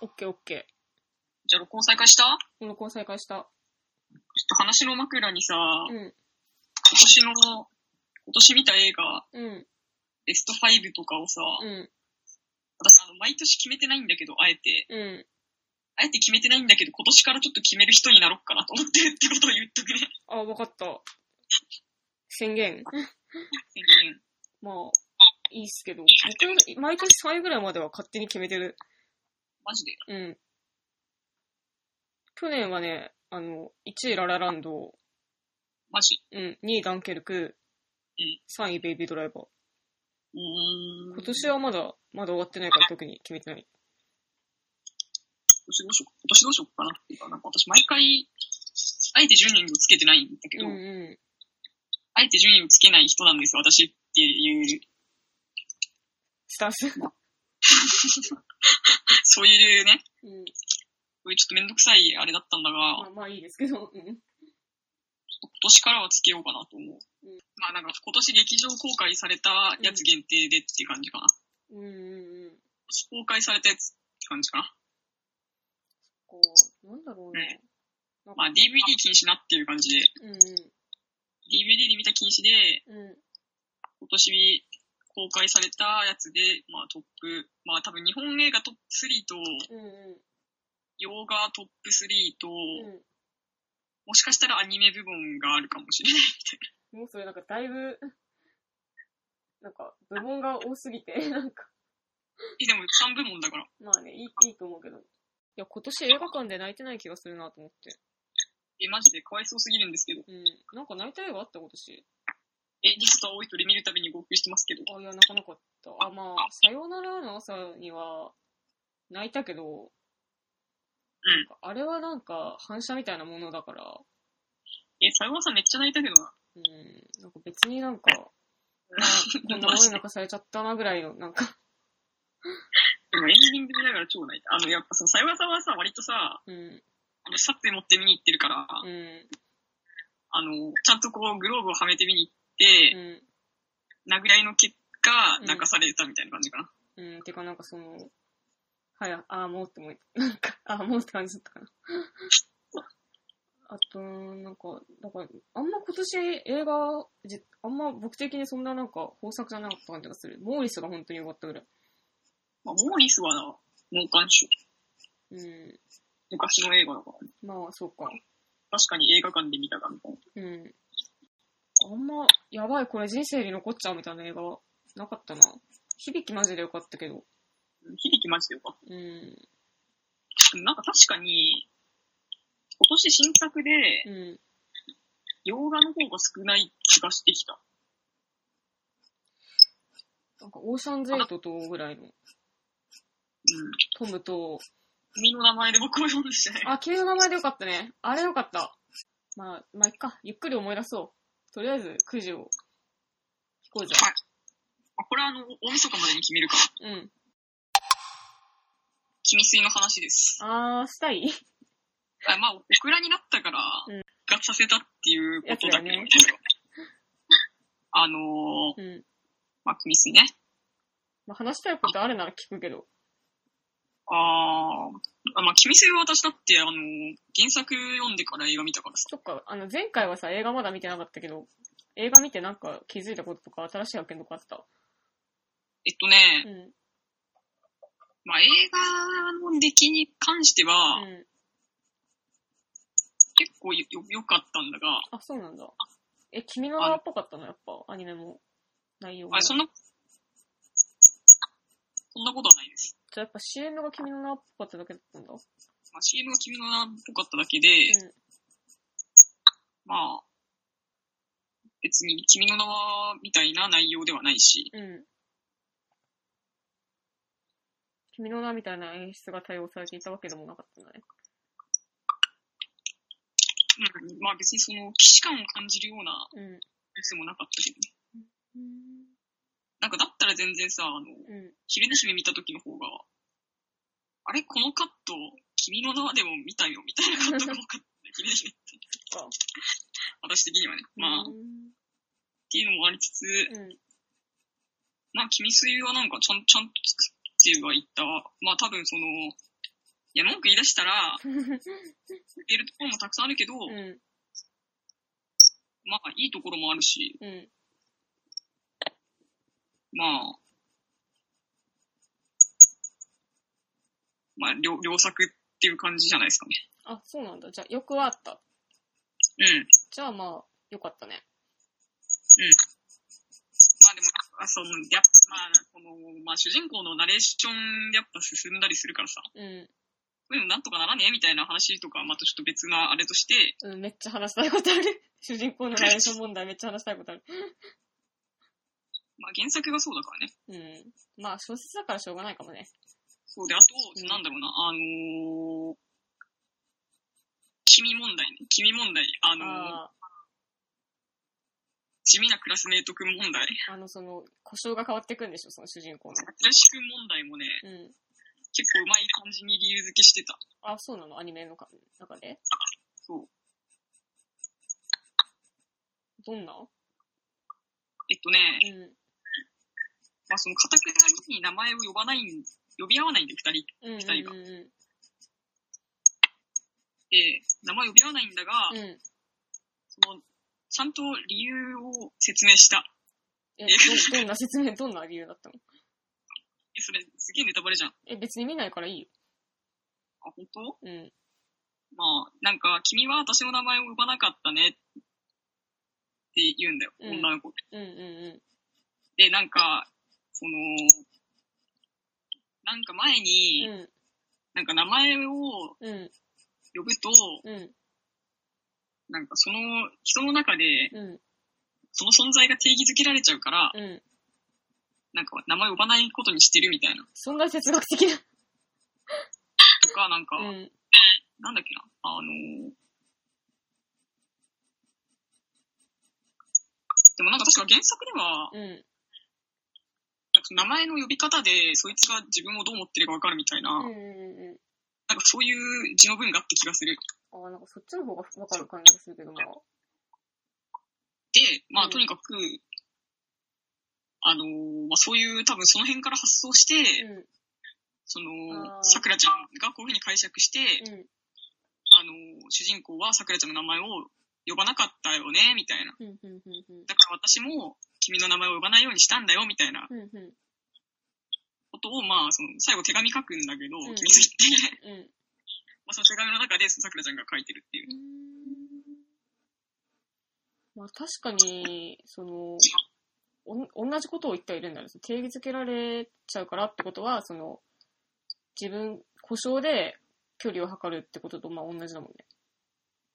オッケーオッケじゃあ録音再開したちょー。っ録音再開した。と話の枕にさ、う今ん、年の、今年見た映画、うん、ベスト5とかをさ、うん、私あの、毎年決めてないんだけど、あえて、うん。あえて決めてないんだけど、今年からちょっと決める人になろうかなと思ってるってことを言っとくね。あ、わかった。宣言。宣言。まあ、いいっすけど。僕、毎年3位ぐらいまでは勝手に決めてる。マジで。うん。去年はね、あの、1位ララランド、マジ。うん、2位ダンケルクうん、 3位ベイビードライバー。うーん。今年はまだ、まだ終わってないから特に決めてない。今年どうしよう、今年どうしようかなっていうか、なんか私毎回、あえて順位をつけてないんだけうんど、うあえて順位をつけない人なんです、私っていう、ん。スタンス。そういうね、うん。そういうちょっとめんどくさいあれだったんだが、まあ、まあいいですけど。うん。今年からはつけようかなと思う。うんまあなんか今年劇場公開されたやつ限定でっていう感じかな。うんうんうん。公開されたやつって感じかな。こう、なんだろうな。ねなんまあか DVD 禁止なっていう感じで、うんうん。 DVD で見た禁止で、うん。今年公開されたやつで、まあトップ、まあ多分日本映画トップ3と、うんうん。洋画トップ3と、うんもしかしたらアニメ部門があるかもしれない。もうそれなんかだいぶ、 なんか部門が多すぎ て、なんか、え、でも3部門だから。まあね、いい、いいと思うけど。いや、今年映画館で泣いてない気がするなと思って。え、マジでかわいそうすぎるんですけど。うん。なんか泣いた映画あった今年。え、リストは多いとで見るたびに号泣してますけど。あ、いや、泣かなかった。あ、まあ、さよならの朝には、泣いたけど、なんかあれはなんか反射みたいなものだから、え、さよならさんめっちゃ泣いたけどな。うん、なんか別に なんか、こんなものに泣かされちゃったなぐらいの、なんか、でもエンディング見ながら超泣いた。あの、やっぱその、さよならさんはさ、割とさ、あうん、の、シャツ持って見に行ってるから、うん、あの、ちゃんとこう、グローブをはめて見に行って、うん。殴り合いの結果う、ん泣かされたみたいな感じかな。うん、てかなんかその、はい、ああ、もうって思い、 なんか、ああ、もうって感じだったかな。 あと、なんか、だから、あんま今年映画、じあんま僕的にそんななんか豊作じゃなかった感じがする。モーリスが本当に良かったぐらい。まあ、モーリスはな、脳幹賞。うん。昔の映画だから、ね、まあ、そうか。確かに映画館で見たがみたいな。うん。あんま、やばい、これ人生に残っちゃうみたいな映画はなかったな。響きマジで良かったけど。響きマジでよかっうん。た。でもなんか確かに、今年新作で、うん。洋画の方が少ない気がしてきた。なんか、オーシャンズエイトとぐらいの、うん。トムと、君の名前で僕を読んでしたね。 あ、君の名前でよかったね。あれよかった。まあ、まあ、いっか。ゆっくり思い出そう。とりあえず、くじを、聞こうじあこれはあの、大晦日までに決めるから。ゃん。うん。君水の話です。あー、したいあまあ、オクラになったから、うん復活させたっていうことだけど、やつだよね あのー、うん。まあ、組水ね。まあ、話したいことあるなら聞くけど。あーあ、まあ、君水は私だって、あのー原作読んでから映画見たからさ。そっか、あの、前回はさ、映画まだ見てなかったけど、映画見てなんか気づいたこととか、新しい発見とかあったえっとね、うん。うまあ、映画の出来に関しては、ん。結構よ、よよかったんだが、あ、そうなんだ。え、君の名はっぽかったのやっぱ、アニメも。内容も。あじそんな、そんなことはないです。ゃあやっぱ CM が君の名はっぽかっただけだったんだ。まあ、CM が君の名っぽかっただけで、うんまあ、別に君の名はみたいな内容ではないし、うん。君の名みたいな演出が対応されていたわけでもなかったんだね。うん、まあ別にその、既視感を感じるようなうん。やつでもなかったけどね。なんかだったら全然さ、あの、うん。昼休み見た時の方が、あれこのカット、君の名はでも見たよ、みたいなカットが多 かったね。昼休みって。そっか。私的にはね。まあ、うっん。ていうのもありつつ、うん。まあ、君水はなんかちゃん、ちゃんと作ってはいった。まあ、多分その、いや、文句言い出したら、言えるところもたくさんあるけど、うん、まあ、いいところもあるし、うん、まあ、まあ、両、両作っていう感じじゃないですかね。あ、そうなんだ。じゃあ、よくあった。うん。じゃあ、まあ、よかったね。まあでも、あその、やっぱ、まあ、この、まあ主人公のナレーション、やっぱ進んだりするからさ、うん。そういうのなんとかならねえみたいな話とか、またちょっと別なあれとして、うん、めっちゃ話したいことある。 主人公のナレーション問題めっちゃ話したいことある。まあ原作がそうだからね。うん。まあ、小説だからしょうがないかもね。そうで、あと、うんなんだろうな、あのー、君問題ね。君問題。あのー、あ地味なクラスメイトくん問題。あ、あの、その、故障が変わってくんでしょ、その主人公の。新しくん問題もね、うん。結構うまい感じに理由付けしてた。あ、そうなのアニメのか中でそう。どんなえっとね、うん。まあその、片くなりに名前を呼ばないん、呼び合わないんで、二人うん。うん。二人がうって、名前呼び合わないんだが、ん。うん。その、ちゃんと理由を説明した。え、ど、どんな説明、どんな理由だったのえ、それすげえネタバレじゃん。あ、え、別に見ないからいいよ。本当うん。まあ、なんか、君は私の名前を呼ばなかったね。って言うんだよ、うん女の子。うんうで、なんか、その、なんか前んに、うん。なんか名前をうん。うん。呼ぶと、うん。なんかその人の中で、うん。その存在が定義づけられちゃうから、うん。なんか名前呼ばないことにしてるみたいな。そんな哲学的な。とか、なんか、うん。なんだっけな、あのーでもなんか確か原作では、うん。なんか名前の呼び方で、そいつが自分をどう思ってるかわかるみたいな、うんうなんかんうん。そういう字の文があった気がする。ああ、なんかそっちの方がわかる感じがするけど、まあ。で、まうあんとにかく、あのーまあそういう多分その辺から発想して、うん。そあーの、さくらちゃんがこういうふうに解釈して、うん。あのー主人公はさくらちゃんの名前を呼ばなかったよね、みたいな。うん。うん。うん。だから私も君の名前を呼ばないようにしたんだよ、みたいなうん。うん。うん。ことを、まあ、その、最後手紙書くんだけど、うん君に言うって、ん。 まあ、その手紙の中で、その桜ちゃんが書いてるっていうう。ーんまあ確かに、その、おん同じことを言ってはいるんだね。定義づけられちゃうからってことは、その、自分、故障で距離を測るってことと、まあ同じだもんね。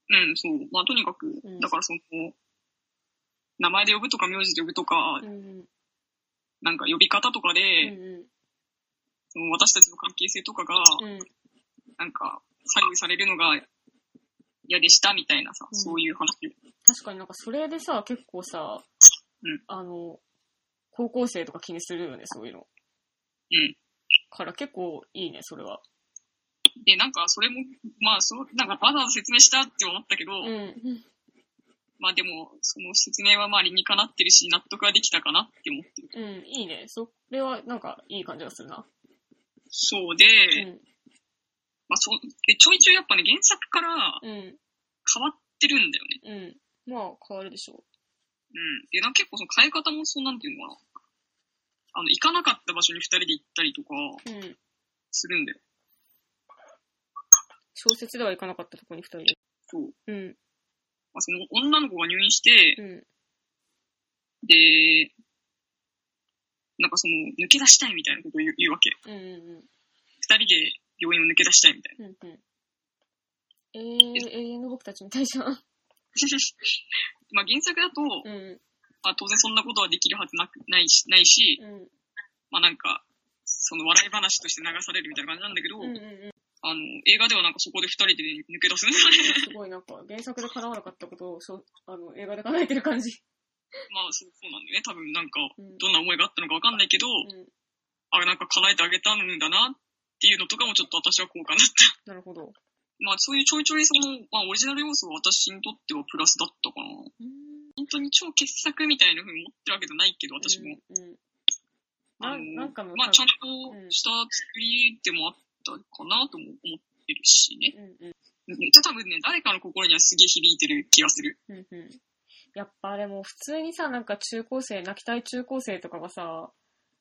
うん、そう。まあ、とにかく、うんだからその、名前で呼ぶとか、名字で呼ぶとか、うん。なんか呼び方とかで、うんその私たちの関係性とかが、うん。うん。なんか、左右されるのが嫌でした、みたいなさ、うんそういう話。確かになんかそれでさ、結構さ、うんあの、高校生とか気にするよね、そういうの。うん。から結構いいね、それは。で、なんか、それも、まあ、そう、なんか、わざわざ説明したって思ったけど、うん。まあでも、その説明はまあ理にかなってるし、納得はできたかなって思ってる。うん、いいね。それはなんかいい感じがするな。そうで、うん。まあそう、で、ちょいちょいやっぱね、原作からうん。変わってるんだよね。うん。まあ、変わるでしょうん。で、なんか結構その変え方もそうなんていうのかな。あの、行かなかった場所に二人で行ったりとかう。うん。するんだよ。小説ではいかなかったとこに二人で。そう。うん。まあその女の子が入院して、うで、なんかその、抜け出したいみたいなことを言う言うわけ。ん。うん。うん。二人で病院を抜け出したいみたいな。 うん。うん。えー、永遠の僕たちみたいじゃん。まあ原作だと、うん。まあ当然そんなことはできるはずなく、ないし、ないし、うん。まあなんか、その笑い話として流されるみたいな感じなんだけど、うん。うん。あの、映画ではなんかそこで二人で抜け出すんだね。すごいなんか、原作で叶わなかったことを、しょあの、映画で叶えてる感じ。 まあそうそうなんだよね。多分なんか、うん。どんな思いがあったのかわかんないけど、うん。あれなんか叶えてあげたんだなっていうのとかもちょっと私はこうかなって。 なるほど。まあそういうちょいちょいその、まあオリジナル要素は私にとってはプラスだったかな。うん。本当に超傑作みたいな風に持ってるわけじゃないけど、私も。うん。あなのなんかもうまあちゃんとした作りでもあったかなとも思っってるしね。うんうんめっちゃ多分ね、誰かの心にはすげえ響いてる気がする。うんうん。やっぱでも普通にさ、なんか中高生、泣きたい中高生とかがさ、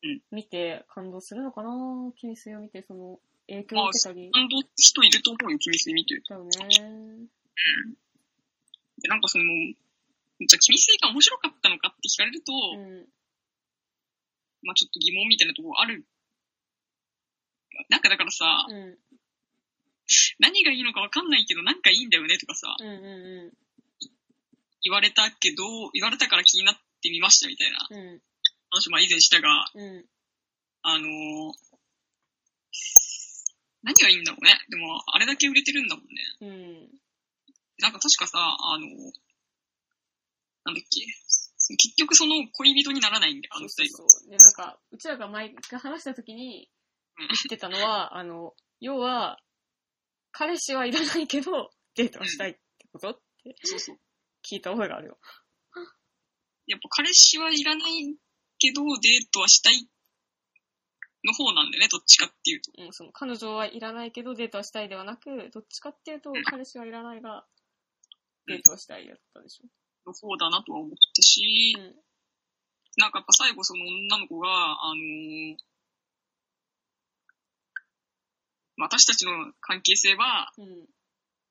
うん見て感動するのかなキミスイを見て、その、影響まをあ受けたり。感動って人いると思うよ、君水見てる。だよね。で、なんかその、じゃあ君水が面白かったのかって聞かれると、うん。まあちょっと疑問みたいなところある。なんかだからさ、うん。何がいいのかわかんないけど、なんかいいんだよねとかさ、うんう言われたけど、言われたから気になってみましたみたいなんうん。うん。話も以前したが、うん。あのー何がいいんだろうね。でも、あれだけ売れてるんだもんね。うん。なんか確かさ、あのーなんだっけ。その結局その恋人にならないんだよ、あそのう二そう人は。そう。で、なんか、うちらが前が話した時にうん言ってたのは、あの、要は、彼氏はいらないけど、デートはしたいってことってそうそう。聞いた覚えがあるよ。やっぱ彼氏はいらないけど、デートはしたいの方なんだよね、どっちかっていうと。うん、その、彼女はいらないけど、デートはしたいではなく、どっちかっていうとうん、彼氏はいらないが、デートはしたいやったでしょ。の方だなとは思ったし、うん。なんかやっぱ最後その女の子が、あのーまあ私たちの関係性は、うん。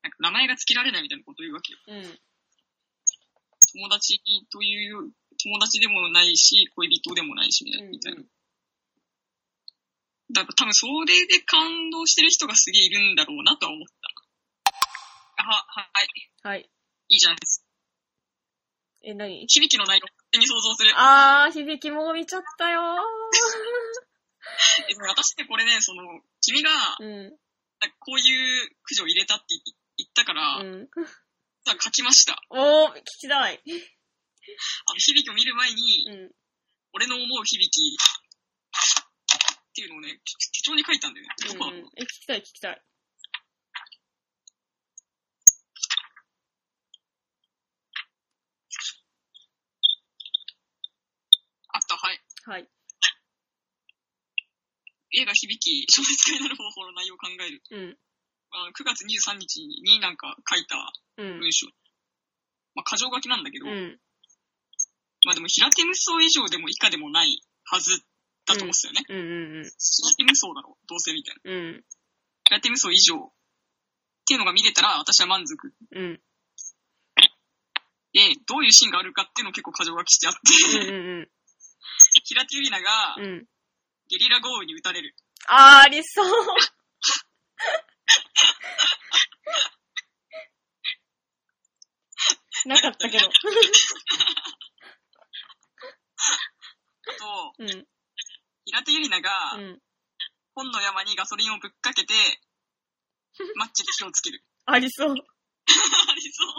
なんか名前が付けられないみたいなことを言うわけよ。うん。友達という、友達でもないし、恋人でもないし、みたいな。うん。だから多分それで感動してる人がすげえいるんだろうなとは思った。あは、はい、はい。いいじゃないですか。え、何響きの内容を勝手に想像する。あー、響きも見ちゃったよえでも私ね、これね、その、君が、ー。うん。なんかこういう苦情入れたって言言ったから、うん。さ書きました。おー、聞きたい。あの、響きを見る前に、うん。俺の思う響き、っていうのをね、手帳に書いたんだよね。どこうんだろう、うん、え、聞きたい、聞きたい。 あった、はい。はい。映画響き、小説家になる方法の内容を考える。うん。あの9月23日になんか書いたうん。文章。まあ、過剰書きなんだけど、うん。まあでも、平手無双以上でも以下でもないはずだと思ってたよね。うん。うん。平手無双だろう、どうせみたいな。うん。平手無双以上っていうのが見れたら、私は満足うん。うん。で、どういうシーンがあるかっていうのを結構過剰書きしてあって、うん。 平手友梨奈がうん。うん。ゲリラ豪雨に打たれる。あー、ありそう。なかったけど。あと、うん。平手友梨奈が、うん。本の山にガソリンをぶっか けて、マッチで火をつける。ありそう。ありそう。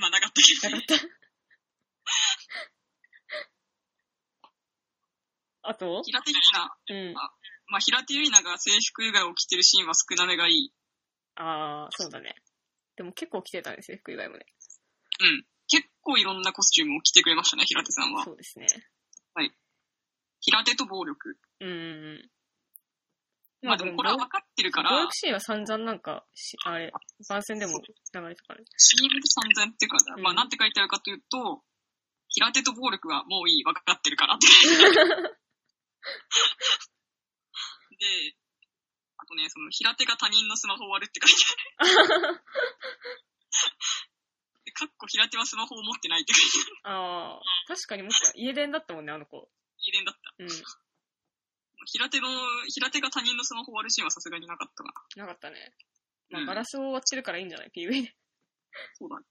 まあ、なかったけなどかっね。た。あと平手友梨奈、うん。まあ、平手友梨奈が制服以外を着てるシーンは少なめがいい。あー、そうだね。でも結構着てたんですよ、服以外もね。うん。結構いろんなコスチュームを着てくれましたね、平手さんは。そうですね。平手と暴力。うんうん。まあ、でもこれは分かってるから、暴力シーンは散々なんかし、あれ、番宣でも流れてたからね。 CM で散々やってるから、うんまあ、なんて書いてあるかというと、平手と暴力はもういい、分かってるからって。で、あとね、その、平手が他人のスマホを割るって書いてある。でかっこ平手はスマホを持ってないって書いてある。ああ、確かにもしか、家電だったもんね、あの子。遺伝だった。うん。平手の、平手が他人のスマホを割るシーンはさすがになかったかなかったね。な。まあ、ガラスを割ってるからいいんじゃない ?PV で。そうだね。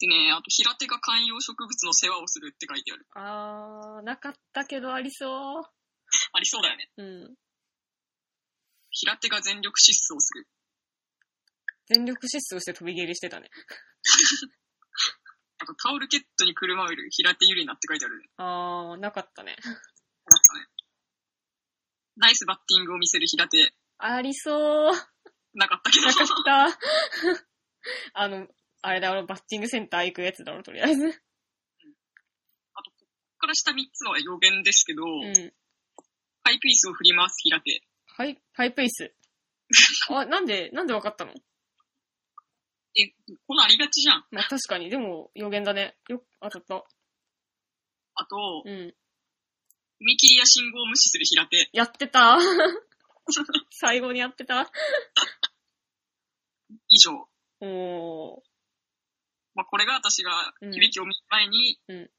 でね、あと、平手が観葉植物の世話をするって書いてある。あー、なかったけどありそう。ありそうだよね。うん。平手が全力疾走する。全力疾走して飛び蹴りしてたね。あと、タオルケットに車を入れる平手ゆりなって書いてあるね。あー、なかったね。わかったね。ナイスバッティングを見せる平手。ありそう。なかったけど。なかった。 あの、あれだろ、バッティングセンター行くやつだろ、とりあえず。あと、ここから下3つのは予言ですけど、うん。ハイピースを振ります、開け。ハイ、ハイペー ス。あ、なんで、なんでわかったのえ、このありがちじゃん。まあ、確かに、でも、予言だね。よく当たった。あと、うん。踏切や信号を無視する平手。やって た。最後にやってた。以上。おー。まあ、これが私がうん響きを見る前に、うん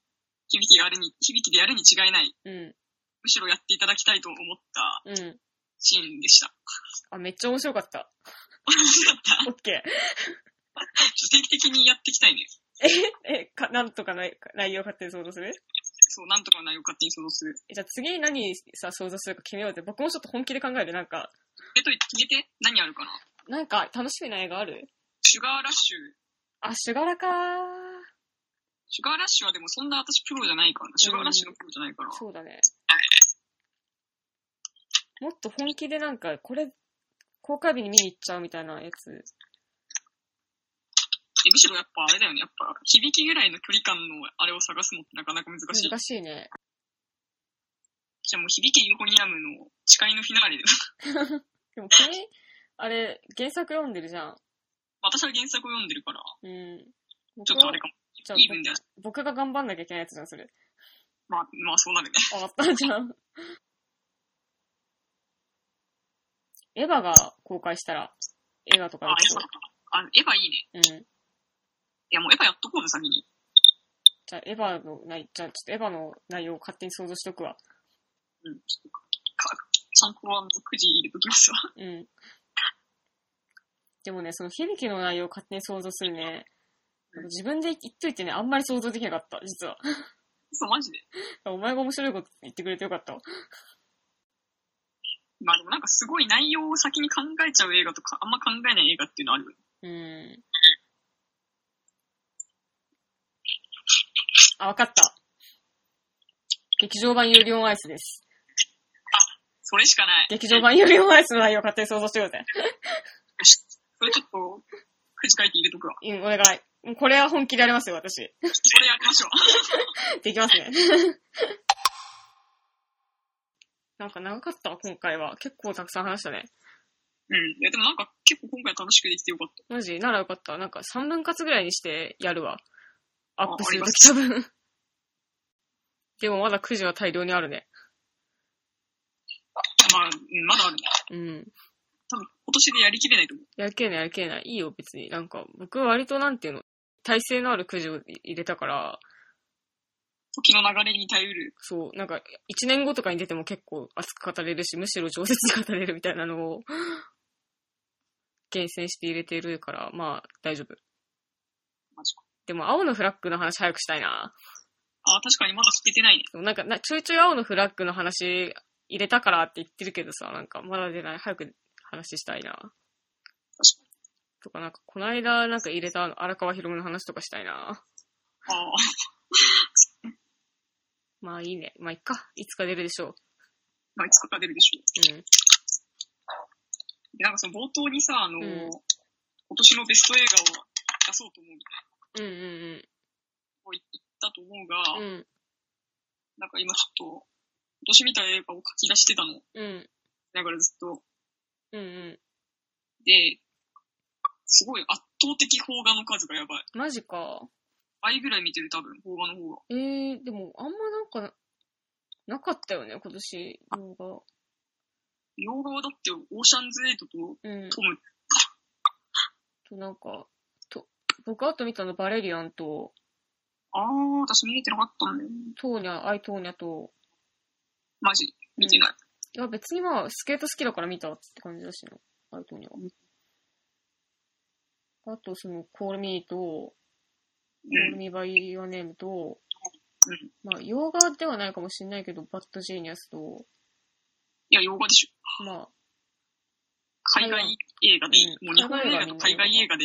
響きがあるに、響きでやるに違いない。うん。むしろやっていただきたいと思ったうん。シーンでした。 あ、めっちゃ面白かった。オッケ定期的にやっていきたいね。ー。え、か、なんとかない内容勝手に想像するそう、なんとか内容勝手に想像する。えじゃあ次何さ、想像するか決めようって。僕もちょっと本気で考える。なんか、えっと、決めて、何あるかななんか楽しみな映画あるシュガーラッシュ。あ、シュガラかー。シュガーラッシュはでもそんな私プロじゃないからな。シュガーラッシュのプロじゃないから。そうだね。もっと本気でなんか、これ、公開日に見に行っちゃうみたいなやつ。え、むしろやっぱあれだよね。やっぱ、響きぐらいの距離感のあれを探すのってなかなか難しい。難しいね。じゃあもう響きユーフォニアムの誓いのフィナーレで。でも君、あれ、原作読んでるじゃん。私は原作を読んでるから、うん。僕ちょっとあはれかも。じゃあイーブンでは。僕が頑張んなきゃいけないやつじゃん、それ。まあ、まあそうなるね。わかった、じゃん。エヴァが公開したら、映画とかあ、エできそヴァあ、エヴァいいね。う。うん。いや、もうエヴァやっとこうぜ、先に。じゃあ、エヴァの内、じゃあ、ちょっとエヴァの内容を勝手に想像しとくわ。うん、ちょっとか、か参考はもう9時入れときますわ。うん。でもね、その響きの内容を勝手に想像するね。うん自分で言っといてね、あんまり想像できなかった、実は。 そう、マジで。お前が面白いこと言ってくれてよかったわ。まあでもなんかすごい内容を先に考えちゃう映画とか、あんま考えない映画っていうのあるよね。うん。あ、わかった。劇場版有料オンアイスです。それしかない。劇場版有料オンアイスの内容を勝手に想像してください。それちょっと、くじ書いて入れとくわ。うん、お願い。もうこれは本気でやりますよ、私。それやりましょう。できますね。 なんか長かったわ、今回は。結構たくさん話したね。うん。いや、でもなんか結構今回楽しくできてよかった。マジならよかった。なんか3分割ぐらいにしてやるわ。アップするときあ多分。 でもまだ9時は大量にあるね。まあ、うんまだあるね。うん。多分今年でやりきれないと思う。やるけえない、やるけえない。いいよ、別に。なんか、僕は割となんていうの、体勢のある9時を入れたから、時の流れに耐えうる。そう、なんか、1年後とかに出ても結構熱く語れるし、むしろ上手に語れるみたいなのを、厳選して入れてるから、まあ、大丈夫。マジか。でも、青のフラッグの話早くしたいな。ああ、確かにまだ聞けてないね。でもなんかな、ちょいちょい青のフラッグの話入れたからって言ってるけどさ、なんかまだ出ない、早く話したいな。確かに。とかなんか、この間なんか入れたあの荒川博夢の話とかしたいな。ああ、まあいいね。まあいっか。いつか出るでしょまあいつかか出るでしょう。う。うん。でなんかその冒頭にさ、あの、うん今年のベスト映画を出そうと思うみたいうなんうんことを言ったと思うが、うん。うん。なんか今ちょっと、今年見た映画を書き出してたの。うん。だからずっと。うんうん。で、すごい圧倒的邦画の数がやばい。マジか。倍ぐらい見てる多分、邦画の方が。えー、でもあんまなんか、なかったよね、今年、動洋画はだって、オーシャンズ8とト画。うん。ム。となんか、と、僕あと見たのバレリアンと、あー、私見れてなかったんだよね。トーニャ、アイトーニャと、マジ、見てない。いや、別にまあ、スケート好きだから見たって感じだしな、アイトには。あと、その、コールミーと、コールうん。ミーバイヨネームとうん、まあ、洋画ではないかもしれないけど、バッドジーニアスと、いや、洋画でしょ。まあ、海外映画で、うんもう日本映画と海海外外映映画で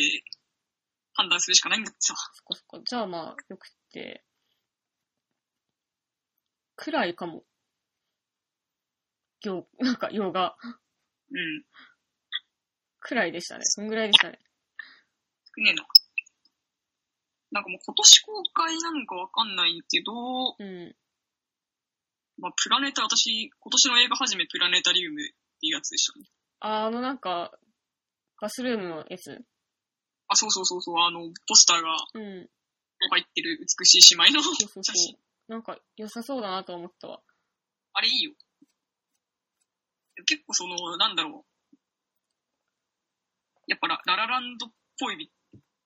判断するしかないんだってさ。そっかそっか。じゃあまあ、よくて、くらいかも。よ う、なんか、洋画、うん。くらいでしたね。そんぐらいでしたね。少ねえな。なんかもう今年公開なのかわかんないけど、うん。まあ、プラネタ、私、今年の映画始めプラネタリウムっていうやつでしたね。あ、あのなんか、バスルームのやつ。あ、そうそうそうそう、あの、ポスターがうん。入ってる美しい姉妹のそうそう写そ真。う。なんか良さそうだなと思ったわ。あれいいよ。結構その、なんだろう。やっぱラララランドっぽい、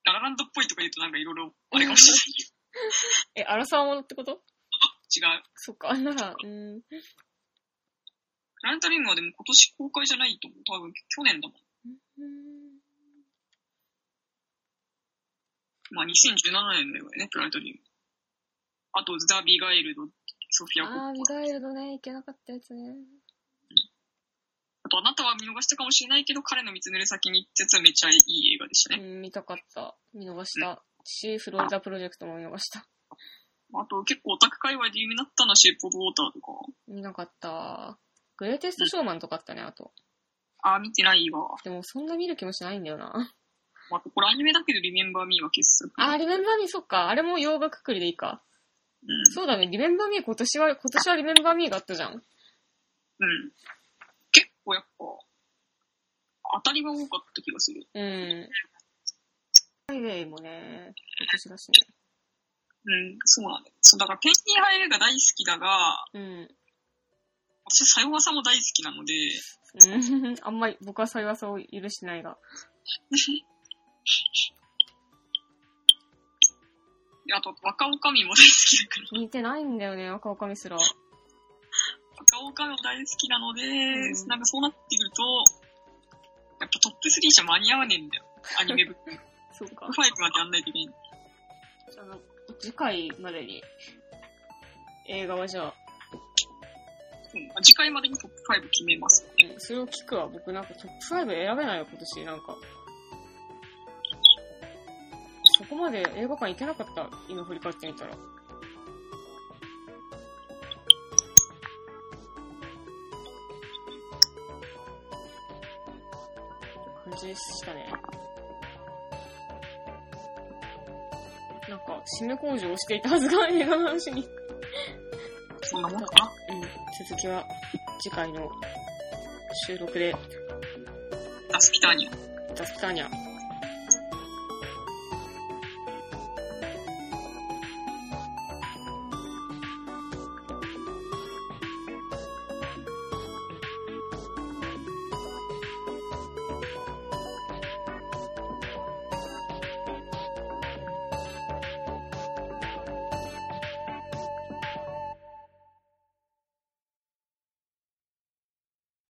ララランドっぽいとか言うとなんかいろいろあれかもしれないけどえ、アラサーものってこと違う。そっか、あんなら、うん。プラネタリウムはでも今年公開じゃないと思う。多分去年だもん。うんまあ2017年だよね、プラネタリウム。あと、ザ・ビガイルド、ソフィア・コああ、ッミポラ。ガエルのね、いけなかったやつね。あと、あなたは見逃したかもしれないけど、彼の見つめる先にってやつはめっちゃいい映画でしたうね。ん、見たかった。見逃した。し、フロリダプロジェクトも見逃した。あと、結構オタク界隈で有名になったのはシェイプ・オブ・ウォーターとか。見なかった。グレイテストショーマンとかあったね、あと。ああ、見てないわ。でもそんな見る気もしないんだよな。まあ、これアニメだけど、リメンバー・ミーは傑作。あ、リメンバーミー、そっか。あれも洋画くくりでいいか。うそうだね、リメンバーミー、今年は、今年はリメンバーミーがあったじゃん。ん。うん。結構やっぱ、当たりが多かった気がする。うん。ハイウェイもね、今年だしうん、そうなんだよ。そう、だから、ペンギンハイルが大好きだが、ね。私、サヨワさも大好きなので、うん。 うん、あんまり僕はそういう噂を許してないが。であと、若女将も大好きだから、 見てないんだよね、若女将すら。若女将も大好きなので、うんなんかそうなってくると、やっぱトップ3じゃ間に合わねえんだよ。アニメブックそうか5。までやんないといけない。じゃあなんか、次回までに、映画はじゃあ、うんまあ、次回までにトップ5決めます。うんそれを聞くわ。僕なんかトップ5選べないよ、今年。なんか。そこまで映画館行けなかった。今振り返ってみたら。感じでしたね。なんか、締め工場をしていたはずが映画の話に。そんなもんかな。うん、続きは次回の収録でダスピターニャ。ダスターニャ